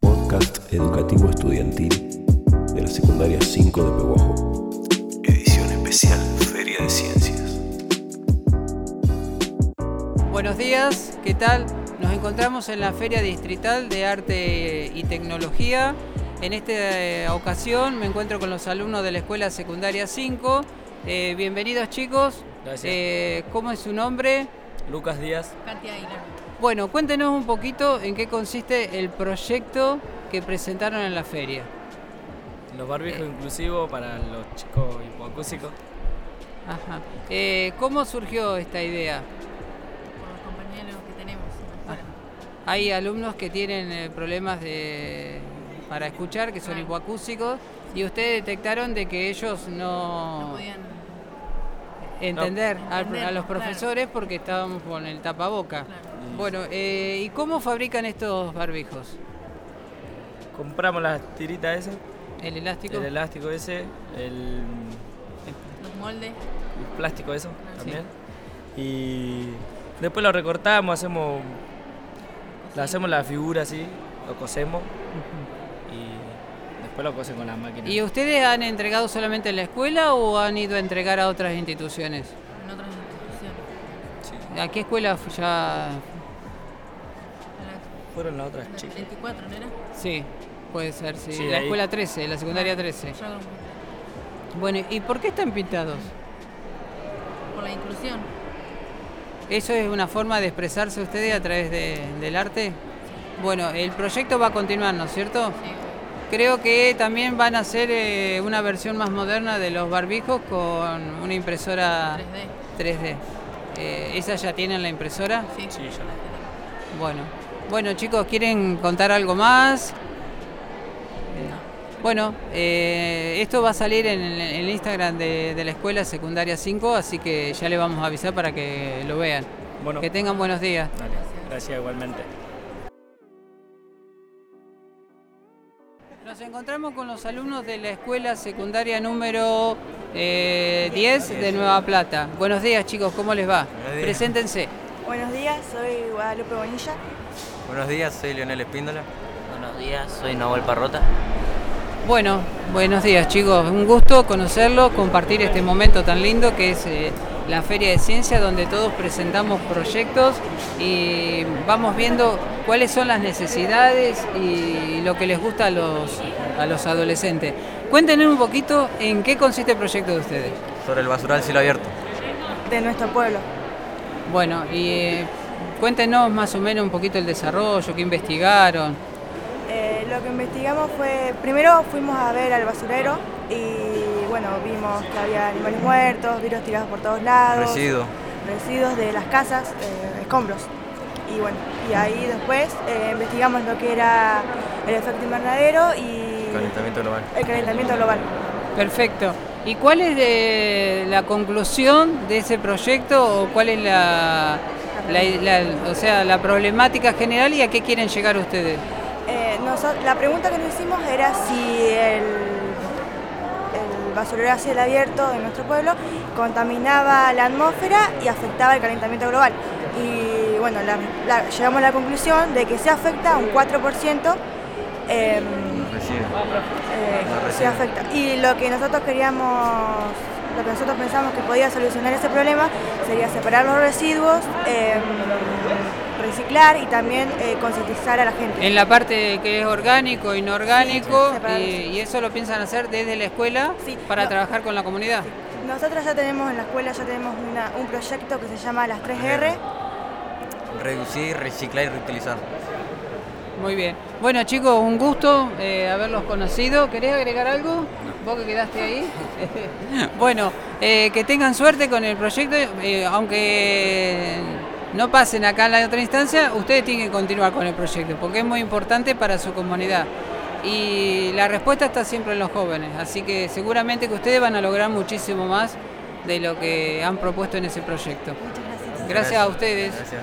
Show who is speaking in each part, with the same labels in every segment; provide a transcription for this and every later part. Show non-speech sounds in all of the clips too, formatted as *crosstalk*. Speaker 1: podcast educativo estudiantil de la secundaria 5 de Peguajo. Edición especial Feria de Ciencias.
Speaker 2: Buenos días, ¿qué tal? Nos encontramos en la Feria Distrital de Arte y Tecnología. En esta eh, ocasión me encuentro con los alumnos de la Escuela Secundaria 5. Eh, bienvenidos chicos.
Speaker 3: Gracias.
Speaker 2: Eh, ¿Cómo es su nombre?
Speaker 3: Lucas Díaz.
Speaker 4: Katia Aguilar.
Speaker 2: Bueno, cuéntenos un poquito en qué consiste el proyecto que presentaron en la feria.
Speaker 3: Los barbijos inclusivos para los chicos hipoacúsicos.
Speaker 2: Ajá. Eh, ¿Cómo surgió esta idea?
Speaker 4: por los compañeros que tenemos en la escuela.
Speaker 2: Hay alumnos que tienen eh, problemas de, para escuchar, que son
Speaker 4: Claro.
Speaker 2: hipoacúsicos, y ustedes detectaron de que ellos no,
Speaker 4: No podían.
Speaker 2: entender,
Speaker 4: No.
Speaker 2: al- a
Speaker 4: Entender,
Speaker 2: los
Speaker 4: claro.
Speaker 2: profesores porque estábamos con el tapaboca.
Speaker 4: Claro.
Speaker 2: Bueno, eh, ¿y cómo fabrican estos barbijos?
Speaker 3: Compramos las tiritas esas,
Speaker 2: ¿El elástico?
Speaker 3: el elástico ese, el,
Speaker 4: Los moldes.
Speaker 3: el plástico eso
Speaker 4: Ah,
Speaker 3: también. Y después lo recortamos, hacemos, le hacemos la figura así, lo cosemos
Speaker 2: Ujú.
Speaker 3: y después lo cosen con la máquina.
Speaker 2: ¿Y ustedes han entregado solamente en la escuela o han ido a entregar a otras instituciones?
Speaker 4: En otras instituciones.
Speaker 3: Sí.
Speaker 2: ¿A qué escuela fu- ya...?
Speaker 4: A la-
Speaker 3: Fueron las otras
Speaker 4: a la
Speaker 3: chicas.
Speaker 4: 34, ¿no era?
Speaker 2: Sí, puede ser, sí.
Speaker 3: Sí,
Speaker 2: la
Speaker 3: ahí.
Speaker 2: escuela 13, la secundaria 13.
Speaker 4: Ah, Ya con-
Speaker 2: Bueno, ¿y por qué están pintados?
Speaker 4: Por la inclusión.
Speaker 2: ¿Eso es una forma de expresarse ustedes a través de- del arte? Bueno, el proyecto va a continuar, ¿no es cierto?
Speaker 4: Sí.
Speaker 2: Creo que también van a hacer eh, una versión más moderna de los barbijos con una impresora
Speaker 4: 3D.
Speaker 2: 3D. Eh, ¿Esa ya tienen la impresora?
Speaker 4: Sí.
Speaker 3: Sí, ya.
Speaker 4: las tenemos.
Speaker 2: Bueno, bueno chicos, ¿quieren contar algo más? Eh, bueno, eh, esto va a salir en el, en el Instagram de, de la escuela secundaria 5, así que ya le vamos a avisar para que lo vean.
Speaker 3: Bueno,
Speaker 2: Que tengan buenos días.
Speaker 3: dale. Gracias igualmente.
Speaker 2: Nos encontramos con los alumnos de la escuela secundaria número eh, 10 de Nueva Plata. Buenos días chicos, ¿cómo les va?
Speaker 5: Buenos días.
Speaker 2: Preséntense.
Speaker 6: Buenos días, soy Guadalupe Bonilla.
Speaker 5: Buenos días, soy Leonel Espíndola.
Speaker 7: Buenos días, soy Nahuel Parrota.
Speaker 2: Bueno, buenos días chicos, un gusto conocerlos, compartir este momento tan lindo que es eh, la Feria de Ciencia donde todos presentamos proyectos y vamos viendo cuáles son las necesidades y lo que les gusta a los, a los adolescentes. Cuéntenos un poquito en qué consiste el proyecto de ustedes.
Speaker 5: Sobre el basural cielo abierto.
Speaker 6: De nuestro pueblo.
Speaker 2: Bueno, y eh, cuéntenos más o menos un poquito el desarrollo, qué investigaron.
Speaker 6: Eh, lo que investigamos fue, primero fuimos a ver al basurero y bueno, vimos que había animales muertos, virus tirados por todos lados,
Speaker 5: Residuo.
Speaker 6: residuos de las casas, eh, escombros. Y bueno, y ahí después eh, investigamos lo que era el efecto invernadero y
Speaker 5: Calentamiento global.
Speaker 6: el calentamiento global.
Speaker 2: Perfecto. ¿Y cuál es eh, la conclusión de ese proyecto o cuál es la, la- la- o sea, la problemática general y a qué quieren llegar ustedes?
Speaker 6: Eh, noso- la pregunta que nos hicimos era si el, el basurero a cielo abierto de nuestro pueblo contaminaba la atmósfera y afectaba el calentamiento global. Y bueno, la- la- llegamos a la conclusión de que se afecta un 4%. em,
Speaker 5: Residuo.
Speaker 6: eh,
Speaker 5: No
Speaker 6: se
Speaker 5: recibe.
Speaker 6: afecta. Y lo que nosotros queríamos, lo que nosotros pensamos que podía solucionar ese problema sería separar los residuos, em, reciclar y también eh, concientizar a la gente.
Speaker 2: En la parte que es orgánico, inorgánico,
Speaker 6: Sí, separar
Speaker 2: y,
Speaker 6: eso.
Speaker 2: y eso lo piensan hacer desde la escuela
Speaker 6: Sí,
Speaker 2: para
Speaker 6: no.
Speaker 2: trabajar con la comunidad.
Speaker 6: Nosotros ya tenemos en la escuela, ya tenemos una- un proyecto que se llama Las 3R.
Speaker 5: Reducir, reciclar y reutilizar.
Speaker 2: Muy bien. Bueno chicos, un gusto eh, haberlos conocido. ¿Querés agregar algo? Vos que quedaste ahí. *laughs* bueno, eh, que tengan suerte con el proyecto, eh, aunque no pasen acá en la otra instancia, ustedes tienen que continuar con el proyecto, porque es muy importante para su comunidad. Y la respuesta está siempre en los jóvenes, así que seguramente que ustedes van a lograr muchísimo más de lo que han propuesto en ese proyecto.
Speaker 6: Muchas gracias.
Speaker 2: Gracias a ustedes.
Speaker 5: Gracias.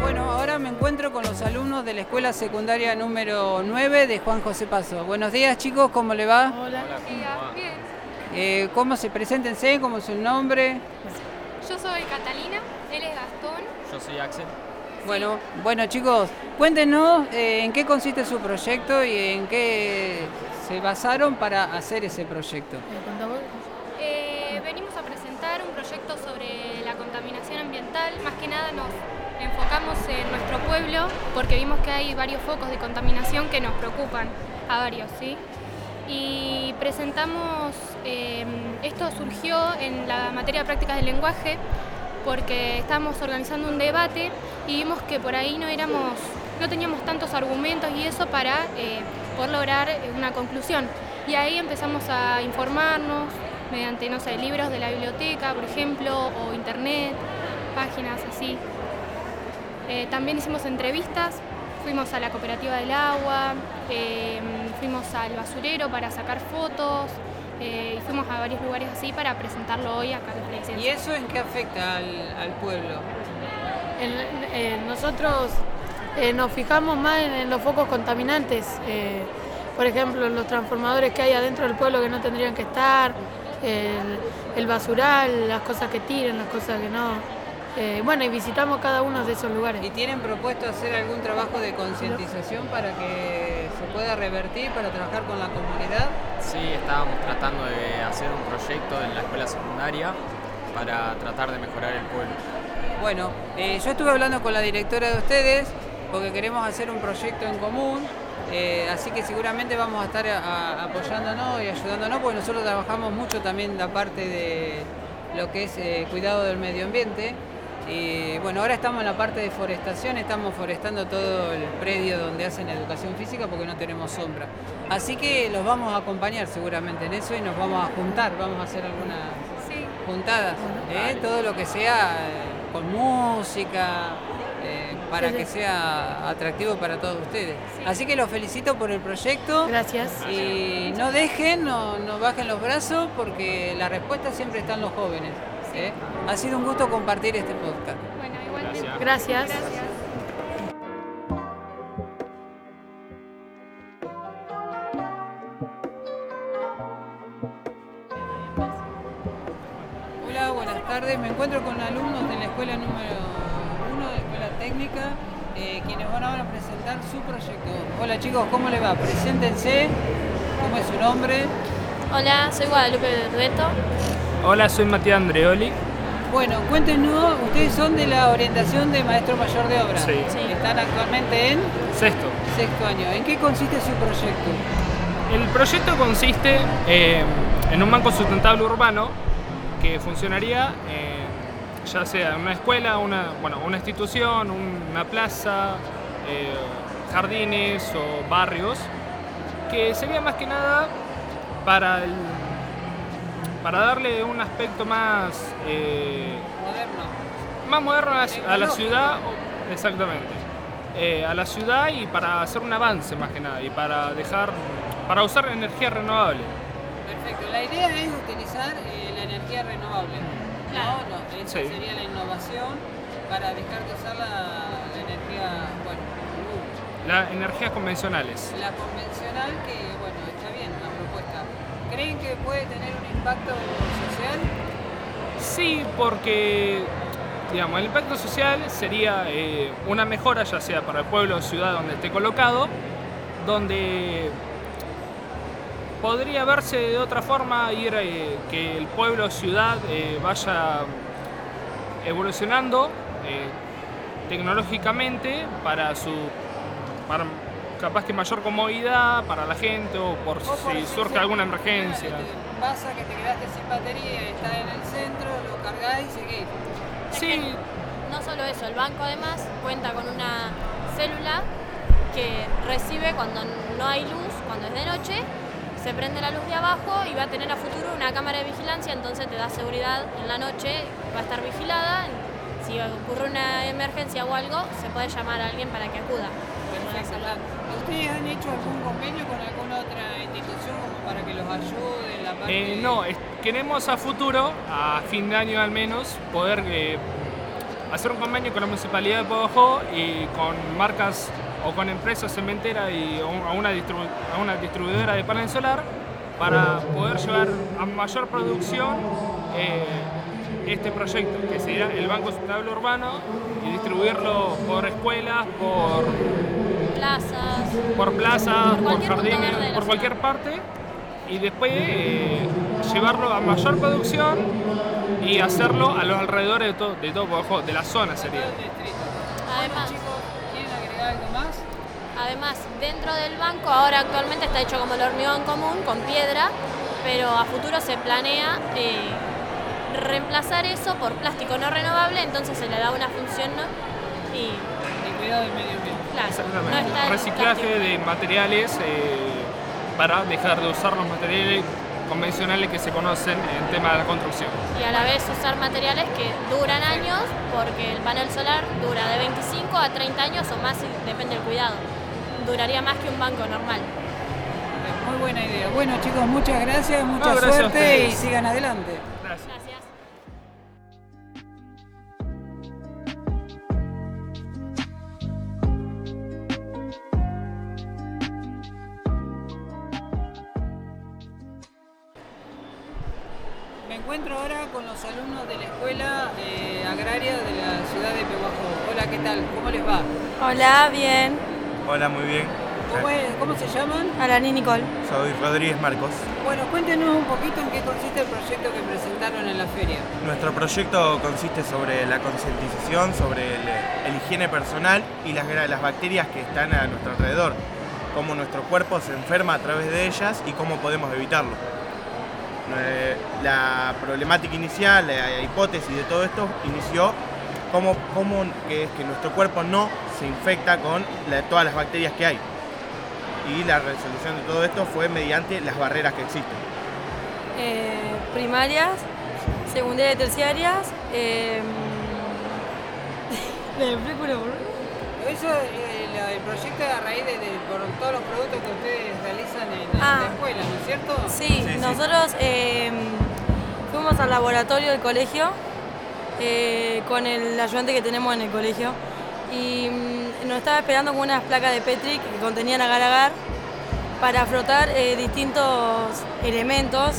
Speaker 2: Bueno, ahora me encuentro con los alumnos de la escuela secundaria número 9 de Juan José Paso. Buenos días chicos, ¿cómo le va?
Speaker 4: Hola.
Speaker 2: Eh, ¿Cómo se preséntense? ¿Cómo es su nombre?
Speaker 8: Yo soy Catalina, él es Gastón.
Speaker 3: Yo soy Axel.
Speaker 2: Bueno, bueno chicos, cuéntenos eh, en qué consiste su proyecto y en qué se basaron para hacer ese proyecto.
Speaker 4: ¿Me contás vos?
Speaker 8: Eh, venimos a presentar un proyecto sobre la contaminación ambiental. Más que nada nos enfocamos en nuestro pueblo porque vimos que hay varios focos de contaminación que nos preocupan a varios, ¿sí? Y presentamos, eh, esto surgió en la materia de prácticas del lenguaje porque estábamos organizando un debate y vimos que por ahí no éramos, no teníamos tantos argumentos y eso para eh, poder lograr eh, una conclusión. Y ahí empezamos a informarnos mediante, no sé, libros de la biblioteca, por ejemplo, o internet, páginas así. Eh, también hicimos entrevistas, fuimos a la cooperativa del agua, eh, fuimos al basurero para sacar fotos, eh, y fuimos a varios lugares así para presentarlo hoy acá en la licencia.
Speaker 2: ¿Y eso en qué afecta al, al pueblo?
Speaker 9: En- eh, nosotros eh, nos fijamos más en, en los focos contaminantes, eh, por ejemplo, los transformadores que hay adentro del pueblo que no tendrían que estar, el, el basural, las cosas que tiran, las cosas que no. Eh, bueno, y visitamos cada uno de esos lugares.
Speaker 2: ¿Y tienen propuesto hacer algún trabajo de concientización para que se pueda revertir, para trabajar con la comunidad?
Speaker 10: Sí, estábamos tratando de hacer un proyecto en la escuela secundaria para tratar de mejorar el pueblo.
Speaker 2: Bueno, eh, yo estuve hablando con la directora de ustedes porque queremos hacer un proyecto en común, eh, así que seguramente vamos a estar a- a- apoyándonos y ayudándonos porque nosotros trabajamos mucho también la parte de lo que es eh, cuidado del medio ambiente. Y Eh, bueno, ahora estamos en la parte de forestación, estamos forestando todo el predio donde hacen educación física porque no tenemos sombra. Así que los vamos a acompañar seguramente en eso y nos vamos a juntar, vamos a hacer alguna
Speaker 8: Sí.
Speaker 2: juntadas, ¿eh? todo lo que sea eh, con música, eh, para
Speaker 9: Sí,
Speaker 2: que
Speaker 9: sí.
Speaker 2: sea atractivo para todos ustedes. Así que los felicito por el proyecto
Speaker 9: Gracias.
Speaker 2: y no dejen, no, no bajen los brazos porque la respuesta siempre están los jóvenes. ¿eh? Ha sido un gusto compartir este podcast.
Speaker 8: Bueno, igualmente.
Speaker 9: Gracias.
Speaker 8: Gracias.
Speaker 2: Hola, buenas tardes. Me encuentro con alumnos de la escuela número uno, de la escuela técnica, eh, quienes van ahora a presentar su proyecto. Hola chicos, ¿cómo les va? Preséntense, ¿cómo es su nombre?
Speaker 11: Hola, soy Guadalupe Berbeto.
Speaker 3: Hola, soy Matías Andreoli.
Speaker 2: Bueno, cuéntenos, ustedes son de la orientación de maestro mayor de obra.
Speaker 3: Sí.
Speaker 11: Sí.
Speaker 2: Están actualmente en
Speaker 3: Sexto.
Speaker 2: sexto año. ¿En qué consiste su proyecto?
Speaker 3: El proyecto consiste eh, en un banco sustentable urbano que funcionaría eh, ya sea en una escuela, una, bueno, una institución, una plaza, eh, jardines o barrios, que sería más que nada para, el- para darle un aspecto más, eh,
Speaker 2: Moderno.
Speaker 3: más moderno a la, a la
Speaker 2: Tecnológico.
Speaker 10: ciudad, exactamente, eh, a la ciudad y para hacer un avance más que nada y para dejar, para usar energía renovable.
Speaker 2: Perfecto. La idea es utilizar eh, la energía renovable.
Speaker 11: Claro.
Speaker 2: No, no, esa
Speaker 10: Sí.
Speaker 2: sería la innovación para dejar de usar la, la energía, bueno,
Speaker 10: Las energías convencionales.
Speaker 2: la convencional que, bueno, está bien la propuesta. ¿Creen que puede tener un impacto social?
Speaker 10: Sí, porque digamos, el impacto social sería eh, una mejora, ya sea para el pueblo o ciudad donde esté colocado, donde podría verse de otra forma ir eh, que el pueblo o ciudad eh, vaya evolucionando eh, tecnológicamente para su para capaz que mayor comodidad para la gente o por
Speaker 2: Vos por
Speaker 10: si este
Speaker 2: ejemplo,
Speaker 10: surge alguna
Speaker 2: claro,
Speaker 10: emergencia.
Speaker 2: te Pasa que te quedaste sin batería, estás en el centro, lo cargás y seguís.
Speaker 10: Sí,
Speaker 11: No solo eso, el banco además cuenta con una célula que recibe cuando no hay luz, cuando es de noche, se prende la luz de abajo y va a tener a futuro una cámara de vigilancia, entonces te da seguridad en la noche, va a estar vigilada. Si ocurre una emergencia o algo, se puede llamar a alguien para que acuda.
Speaker 2: Perfecto. ¿Ustedes han hecho algún convenio con alguna otra institución como para que los ayude en la parte?
Speaker 10: Eh, no, es- queremos a futuro, a fin de año al menos, poder eh, hacer un convenio con la municipalidad de Podojo y con marcas o con empresas cementeras y o un- a una, distribu- a una distribuidora de panel solar para poder llevar a mayor producción eh, este proyecto, que sería el Banco Sustentable Urbano, y distribuirlo por escuelas, por
Speaker 11: plazas,
Speaker 10: por plazas, por,
Speaker 11: cualquier punto
Speaker 10: jardines,
Speaker 11: verde de la
Speaker 10: por
Speaker 11: ciudad.
Speaker 10: cualquier parte, y después eh, llevarlo a mayor producción y hacerlo a los alrededores de todo, de todo Badajoz, de la zona sería.
Speaker 11: Además,
Speaker 2: ¿Quieren agregar algo más?
Speaker 11: además, dentro del banco ahora actualmente está hecho como el hormigón común, con piedra, pero a futuro se planea eh, reemplazar eso por plástico no renovable, entonces se le da una función ¿no? y
Speaker 2: cuidado del medio ambiente.
Speaker 11: claro, no
Speaker 10: Exactamente.
Speaker 11: está el
Speaker 10: Reciclaje de materiales eh, para dejar de usar los materiales convencionales que se conocen en tema de la construcción.
Speaker 11: y a la vez usar materiales que duran años, porque el panel solar dura de 25 a 30 años o más, y depende del cuidado. Duraría más que un banco normal.
Speaker 2: Muy buena idea. Bueno chicos, muchas gracias, mucha
Speaker 11: gracias a
Speaker 2: suerte y
Speaker 11: ustedes.
Speaker 2: sigan adelante.
Speaker 11: Gracias.
Speaker 2: Me encuentro ahora con los alumnos de la Escuela eh, Agraria de la ciudad de Pehuajó. Hola, ¿qué tal? ¿Cómo les va?
Speaker 12: Hola, bien.
Speaker 13: Hola, muy bien.
Speaker 2: ¿Cómo, es- cómo se llaman?
Speaker 12: Alani Nicole.
Speaker 13: Soy Rodríguez Marcos.
Speaker 2: Bueno, cuéntenos un poquito en qué consiste el proyecto que presentaron en la feria.
Speaker 13: Nuestro proyecto consiste sobre la concientización, sobre el, el higiene personal y las, gra- las bacterias que están a nuestro alrededor, cómo nuestro cuerpo se enferma a través de ellas y cómo podemos evitarlo. Eh, La problemática inicial, la hipótesis de todo esto inició cómo, cómo que es que nuestro cuerpo no se infecta con la- todas las bacterias que hay. Y la resolución de todo esto fue mediante las barreras que existen.
Speaker 12: Eh, primarias, secundarias y terciarias. Eh, *laughs* me explico una por-
Speaker 2: Eso, eh, la- el proyecto es a raíz de, de- por todos los productos que ustedes realizan en, en
Speaker 12: Ah.
Speaker 2: la escuela, ¿no es cierto?
Speaker 12: Sí, nosotros eh, fuimos al laboratorio del colegio eh, con el ayudante que tenemos en el colegio y mm, nos estaba esperando con unas placas de Petri que contenían agar-agar para frotar eh, distintos elementos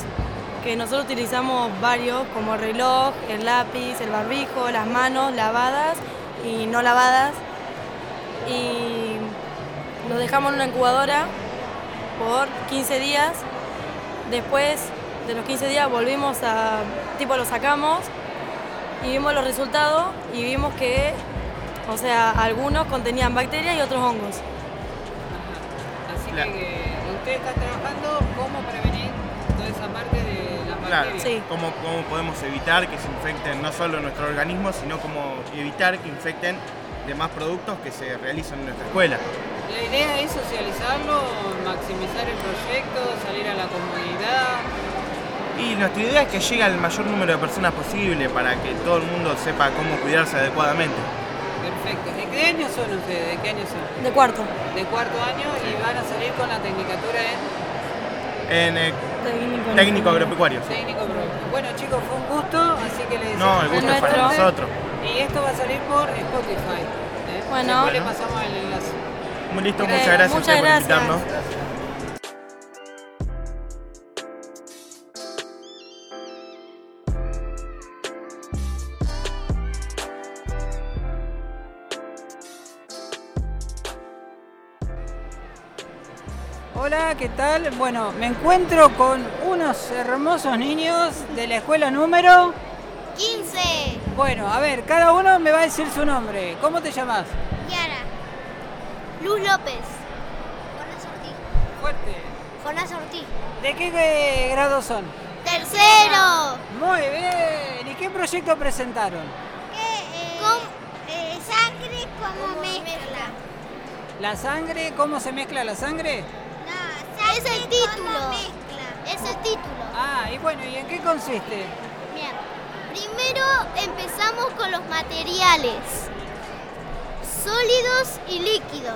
Speaker 12: que nosotros utilizamos varios, como el reloj, el lápiz, el barbijo, las manos lavadas y no lavadas. Y los dejamos en una incubadora por 15 días. Después de los 15 días volvimos a, tipo lo sacamos y vimos los resultados y vimos que, o sea, algunos contenían bacterias y otros hongos.
Speaker 2: Así que eh, ustedes están trabajando cómo prevenir toda esa parte de las
Speaker 13: Claro,
Speaker 2: bacterias.
Speaker 13: ¿Cómo, cómo podemos evitar que se infecten no solo nuestro organismo, sino cómo evitar que infecten demás productos que se realizan en nuestra escuela.
Speaker 2: La idea es socializarlo, maximizar el proyecto, salir a la comunidad.
Speaker 13: Y nuestra idea es que llegue al mayor número de personas posible para que todo el mundo sepa cómo cuidarse adecuadamente.
Speaker 2: Perfecto. ¿De qué año son ustedes? ¿De qué año son?
Speaker 12: De cuarto.
Speaker 2: De cuarto año y van a salir con la tecnicatura
Speaker 13: En
Speaker 2: en
Speaker 13: eh,
Speaker 12: técnico,
Speaker 13: agropecuario. sí.
Speaker 2: técnico producto. Bueno chicos, fue un gusto, así que les
Speaker 13: No, el
Speaker 2: deseamos
Speaker 13: gusto es para
Speaker 2: suerte.
Speaker 13: nosotros.
Speaker 2: Y esto va a salir por Spotify. ¿eh?
Speaker 12: Bueno.
Speaker 2: Después le
Speaker 12: Bueno.
Speaker 2: pasamos el enlace.
Speaker 13: Muy listo,
Speaker 2: Bueno,
Speaker 13: muchas gracias, a
Speaker 2: muchas
Speaker 13: ustedes
Speaker 2: gracias.
Speaker 13: por invitarnos.
Speaker 2: Hola, ¿qué tal? Bueno, me encuentro con unos hermosos niños de la escuela número
Speaker 14: 15.
Speaker 2: Bueno, a ver, cada uno me va a decir su nombre. ¿Cómo te llamas?
Speaker 14: Yara. Luz López. Jonás Ortiz.
Speaker 2: Fuerte.
Speaker 14: Jonás Ortiz.
Speaker 2: ¿De qué eh, grado son?
Speaker 14: Tercero.
Speaker 2: Muy bien. ¿Y qué proyecto presentaron?
Speaker 14: Con eh, sangre como mezcla.
Speaker 2: ¿La sangre? ¿Cómo se mezcla la sangre?
Speaker 14: Es el título. Es el título.
Speaker 2: Ah, y bueno, ¿y en qué consiste?
Speaker 14: Bien. Primero empezamos con los materiales. Sólidos y líquidos.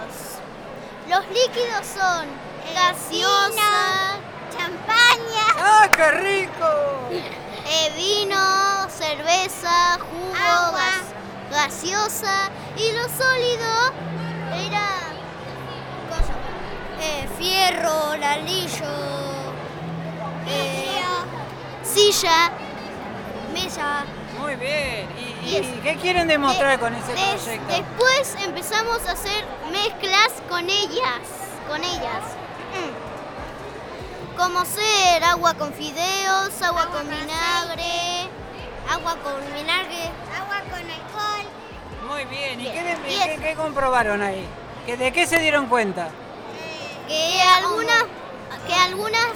Speaker 14: Los líquidos son gaseosa, champaña.
Speaker 2: ¡Ah, qué rico!
Speaker 14: Eh, vino, cerveza, jugo, gas- gaseosa. Y lo sólido era cosa, eh, fierro, ladrillo, eh, silla, mesa. Eh,
Speaker 2: Muy bien. ¿Y, y qué quieren demostrar con ese
Speaker 14: Des-
Speaker 2: proyecto?
Speaker 14: Después empezamos a hacer mezclas con ellas, con ellas. Mm. Como ser agua con fideos, agua, con vinagre, agua con vinagre, agua con alcohol.
Speaker 2: Muy bien. ¿Y qué, de- qué- qué comprobaron ahí? ¿Que ¿De qué se dieron cuenta?
Speaker 14: Que algunas, que algunas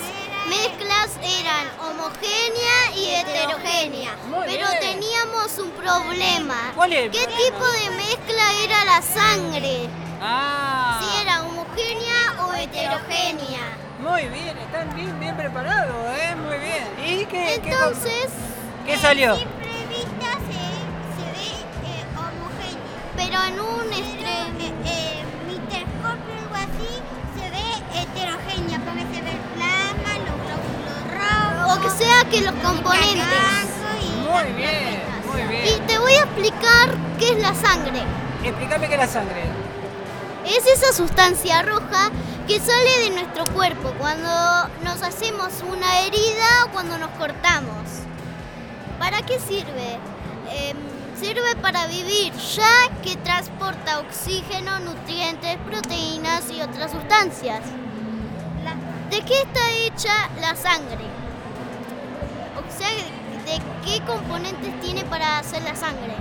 Speaker 14: mezclas eran homogénea y heterogénea. Pero
Speaker 2: bien.
Speaker 14: teníamos un problema.
Speaker 2: ¿Cuál es el
Speaker 14: ¿Qué
Speaker 2: problema?
Speaker 14: tipo de mezcla era la sangre?
Speaker 2: Ah.
Speaker 14: Si era homogénea o heterogénea.
Speaker 2: Muy bien, están bien, bien preparados, ¿eh? Muy bien. ¿Y qué, qué com-
Speaker 14: Entonces,
Speaker 2: qué, salió?
Speaker 14: vista eh, se, ve homogénea. Pero en un extremo, microscopio o algo así, se ve heterogénea porque se ve el plasma, los glóbulos rojos. O que sea que los componentes.
Speaker 2: Muy bien, muy
Speaker 14: Y te voy a explicar qué es la sangre.
Speaker 2: Explícame qué es la sangre.
Speaker 14: Es esa sustancia roja que sale de nuestro cuerpo cuando nos hacemos una herida o cuando nos cortamos. ¿Para qué sirve? Em, sirve para vivir, ya que transporta oxígeno, nutrientes, proteínas y otras sustancias. ¿De qué está hecha la sangre? O sea, ¿de qué componentes tiene para hacer la sangre?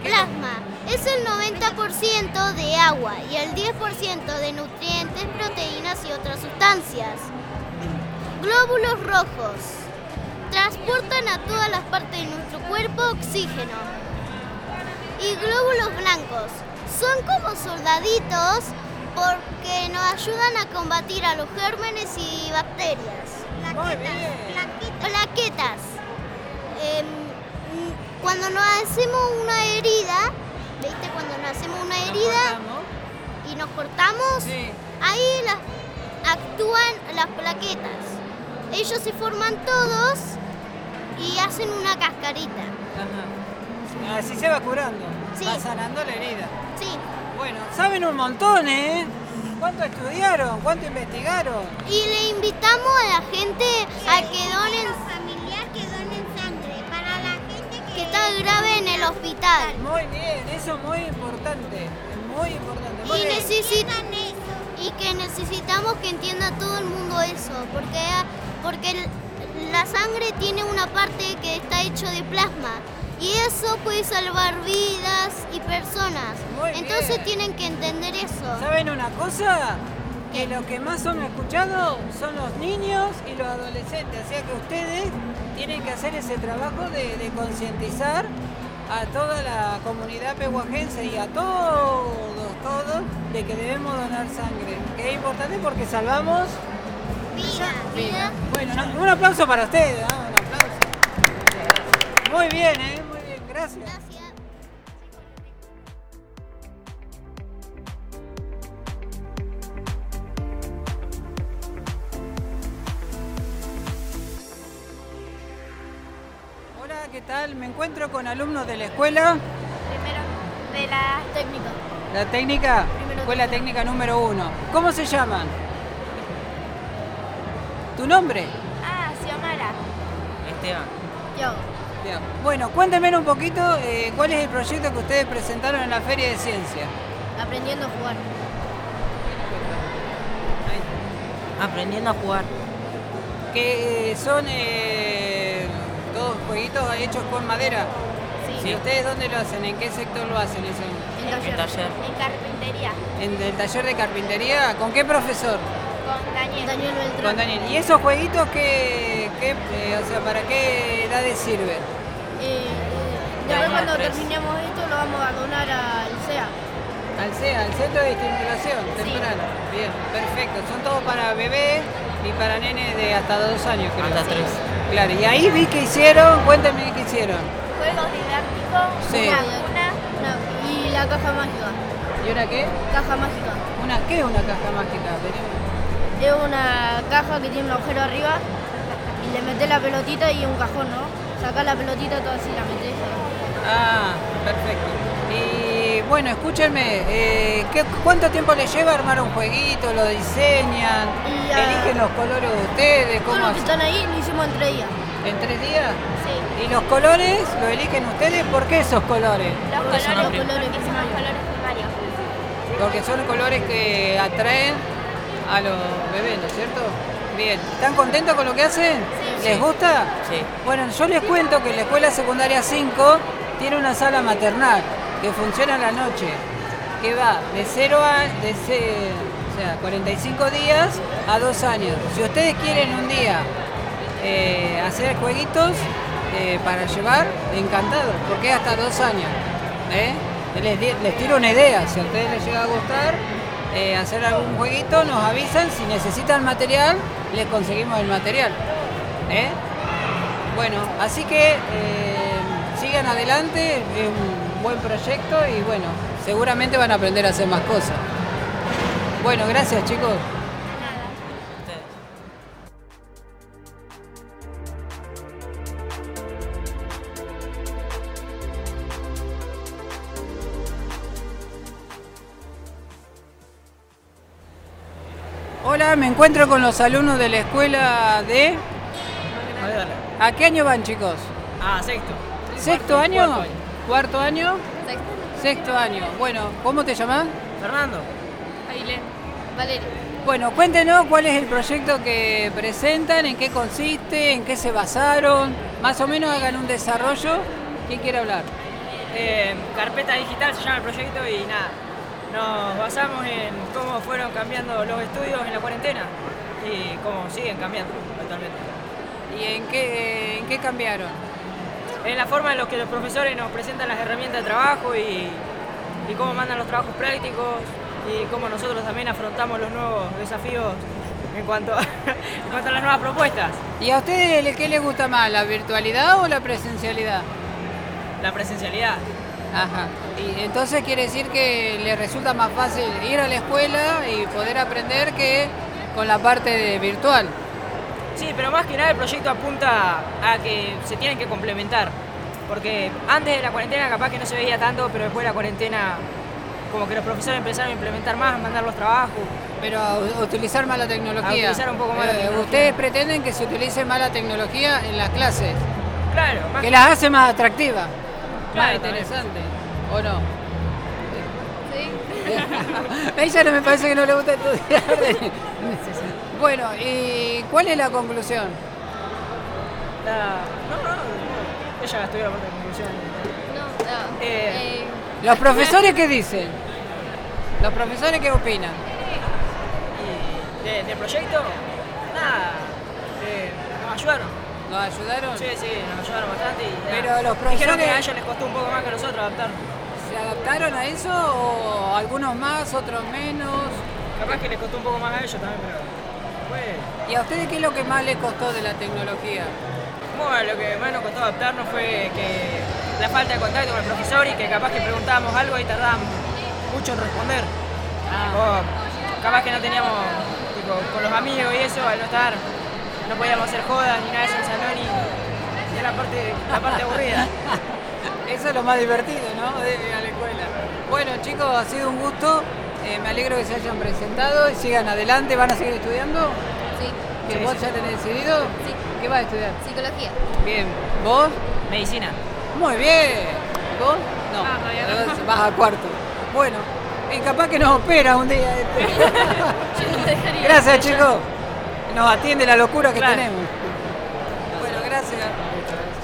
Speaker 14: Plasma. Es el 90% de agua y el 10% de nutrientes, proteínas y otras sustancias. Glóbulos rojos. Transportan a todas las partes de nuestro cuerpo oxígeno. Y glóbulos blancos. Son como soldaditos porque nos ayudan a combatir a los gérmenes y bacterias. Plaquetas. Em, mm, cuando nos hacemos una herida, ¿viste? Cuando nos hacemos una herida y nos cortamos, ahí las, actúan las plaquetas. Ellos se forman todos y hacen una cascarita.
Speaker 2: Ajá. Así Ah, se va curando. Va sanando la herida.
Speaker 14: Sí.
Speaker 2: Bueno, saben un montón, ¿eh? ¿Cuánto estudiaron? ¿Cuánto investigaron?
Speaker 14: Y le invitamos a la gente a que donen familiar que donen sangre para la gente que, está grave en el hospital.
Speaker 2: Muy bien, eso es muy importante. es Muy importante. Muy
Speaker 14: Y,
Speaker 2: bien.
Speaker 14: necesitan y que necesitamos que entienda todo el mundo eso, porque, porque el- la sangre tiene una parte que está hecho de plasma y eso puede salvar vidas y personas. Entonces tienen que entender eso.
Speaker 2: ¿Saben una cosa? Que lo que más son escuchados son los niños y los adolescentes. O sea que ustedes tienen que hacer ese trabajo de, de concientizar a toda la comunidad pehuajense y a todos, todos, de que debemos donar sangre. Que es importante porque salvamos
Speaker 14: vidas.
Speaker 2: Bueno, no, un aplauso para ustedes. ¿no? Un aplauso. Muy bien, ¿eh? Muy bien, gracias. Hola, ¿qué tal? Me encuentro con alumnos de la escuela,
Speaker 15: Primero, de la técnica.
Speaker 2: la técnica, escuela técnica número uno. ¿Cómo se llaman? ¿Tu nombre?
Speaker 15: Ah, Xiomara.
Speaker 7: Esteban.
Speaker 15: Yo.
Speaker 2: Bien. Bueno, cuéntenme un poquito eh, cuál es el proyecto que ustedes presentaron en la Feria de Ciencia.
Speaker 15: Aprendiendo a jugar.
Speaker 7: Aprendiendo a jugar.
Speaker 2: Que eh, son eh, todos jueguitos hechos con madera.
Speaker 15: Sí.
Speaker 2: ¿Y ustedes dónde lo hacen? ¿En qué sector lo hacen? eso?
Speaker 15: En taller. En carpintería.
Speaker 2: ¿En el taller de carpintería? ¿Con qué profesor?
Speaker 15: Con Daniel. Daniel Beltrán. Eh,
Speaker 2: Con Daniel. ¿Y esos jueguitos qué, qué, eh, o sea, para qué edades sirven?
Speaker 15: Eh,
Speaker 2: Ya
Speaker 15: después
Speaker 2: hay
Speaker 15: cuando
Speaker 2: tres.
Speaker 15: terminemos esto lo vamos a donar al CEA.
Speaker 2: Al CEA, al Centro de Estimulación Temprana. Bien, perfecto. Son todos para bebés y para nenes de hasta dos años, creo. Hasta tres. Claro, y ahí vi que hicieron, cuéntame qué hicieron.
Speaker 15: Juegos didácticos.
Speaker 2: Sí.
Speaker 15: Una, una, y la caja mágica.
Speaker 2: ¿Y ahora qué?
Speaker 15: Caja mágica.
Speaker 2: Una, ¿Qué es una caja mágica? Vení.
Speaker 15: Es una caja que tiene un agujero arriba y le metes la pelotita y un cajón, ¿no? Sacás la pelotita todo así, la metes.
Speaker 2: Ah, perfecto. Y bueno, escúchenme, eh, ¿qué- ¿cuánto tiempo les lleva armar un jueguito? ¿Lo diseñan?
Speaker 15: Y, ah,
Speaker 2: ¿Eligen los colores de ustedes?
Speaker 15: Todos
Speaker 2: ¿Cómo
Speaker 15: los que
Speaker 2: hacen?
Speaker 15: están ahí lo hicimos entre ellas.
Speaker 2: ¿En tres días?
Speaker 11: Sí.
Speaker 2: ¿Y los colores lo eligen ustedes? ¿Por qué esos colores?
Speaker 11: Los colores, los colores primarios.
Speaker 2: Porque son colores que atraen a los bebés, ¿no es cierto? Bien, ¿están contentos con lo que hacen?
Speaker 7: Sí.
Speaker 2: ¿Les
Speaker 7: Sí.
Speaker 2: gusta?
Speaker 7: Sí.
Speaker 2: Bueno, yo les cuento que la escuela secundaria 5 tiene una sala maternal que funciona a la noche, que va de 0 a de ce- o sea, 45 días a 2 años. Si ustedes quieren un día eh, hacer jueguitos eh, para llevar, encantado, porque es hasta 2 años. ¿eh? Les, di- les tiro una idea, si a ustedes les llega a gustar, eh, hacer algún jueguito, nos avisan, si necesitan material, les conseguimos el material. ¿eh? Bueno, así que eh, sigan adelante, es un buen proyecto y bueno, seguramente van a aprender a hacer más cosas. Bueno, gracias chicos. Hola, me encuentro con los alumnos de la escuela de... ¿A qué año van chicos?
Speaker 7: *laughs* Ah, sexto.
Speaker 2: ¿Sexto
Speaker 7: Cuarto,
Speaker 2: año?
Speaker 7: cuarto
Speaker 2: ¿Cuarto año? Sexto año. Bueno, ¿cómo te llamás?
Speaker 7: Fernando.
Speaker 8: Ailén. Valeria.
Speaker 2: Bueno, cuéntenos cuál es el proyecto que presentan, en qué consiste, en qué se basaron, más o menos hagan un desarrollo. ¿Quién quiere hablar?
Speaker 7: Eh, carpeta digital se llama el proyecto y nada. Nos basamos en cómo fueron cambiando los estudios en la cuarentena y cómo siguen cambiando actualmente.
Speaker 2: ¿Y en qué, eh, en qué cambiaron?
Speaker 7: En la forma en la que los profesores nos presentan las herramientas de trabajo y, y cómo mandan los trabajos prácticos y cómo nosotros también afrontamos los nuevos desafíos en cuanto a, *laughs* en cuanto a las nuevas propuestas.
Speaker 2: ¿Y a ustedes le- qué les gusta más, la virtualidad o la presencialidad?
Speaker 7: La presencialidad.
Speaker 2: Ajá. Y entonces quiere decir que les resulta más fácil ir a la escuela y poder aprender que con la parte de virtual.
Speaker 7: Sí, pero más que nada el proyecto apunta a que se tienen que complementar. Porque antes de la cuarentena capaz que no se veía tanto, pero después de la cuarentena como que los profesores empezaron a implementar más, a mandar los trabajos.
Speaker 2: Pero a u- utilizar más la tecnología.
Speaker 7: A utilizar un poco más la
Speaker 2: Eh,
Speaker 7: tecnología.
Speaker 2: Ustedes pretenden que se utilice más la tecnología en las clases,
Speaker 7: Claro, más
Speaker 2: que las hace más atractivas, más
Speaker 7: Claro, también.
Speaker 2: interesante, ¿o no?
Speaker 8: Sí.
Speaker 2: A *laughs* ella no me parece que no le gusta estudiar. bueno, ¿y cuál es la conclusión?
Speaker 7: La- No, no, no, ella estudió la parte de conclusión.
Speaker 8: No, no.
Speaker 7: Eh,
Speaker 2: ¿Los profesores qué dicen? ¿Los profesores qué opinan?
Speaker 7: y de, del proyecto, nada, eh, nos ayudaron.
Speaker 2: ¿Nos ayudaron?
Speaker 7: Sí, sí, nos ayudaron bastante. Y,
Speaker 2: Pero
Speaker 7: nada,
Speaker 2: los
Speaker 7: Dijeron que a
Speaker 2: profesores-
Speaker 7: ellos les costó un poco más que a nosotros adaptarnos.
Speaker 2: ¿Se adaptaron a eso o algunos más, otros menos?
Speaker 7: Capaz que les costó un poco más a ellos también, pero fue...
Speaker 2: ¿Y a ustedes qué es lo que más les costó de la tecnología?
Speaker 7: Bueno, lo que más nos costó adaptarnos fue que la falta de contacto con el profesor y que capaz que preguntábamos algo y tardábamos mucho en responder. O capaz que no teníamos, tipo, con los amigos y eso, al no estar, no podíamos hacer jodas ni nada de eso en el salón y, y era la parte, la parte aburrida.
Speaker 2: Eso es lo más divertido, ¿no? De ir a la escuela. Bueno, chicos, ha sido un gusto. Eh, me alegro que se hayan presentado y sigan adelante. ¿Van a seguir estudiando?
Speaker 8: Sí.
Speaker 2: ¿Que vos ya tenés decidido? Sí. ¿Qué vas a estudiar?
Speaker 8: Psicología.
Speaker 2: Bien. ¿Vos?
Speaker 7: Medicina.
Speaker 2: Muy bien. ¿Vos? No.
Speaker 8: Ah, todavía no.
Speaker 2: Entonces Vas a cuarto. Bueno, eh, capaz que nos opera un día. este. *laughs* gracias, chicos. Nos atiende la locura que
Speaker 7: Claro.
Speaker 2: tenemos. Bueno, gracias.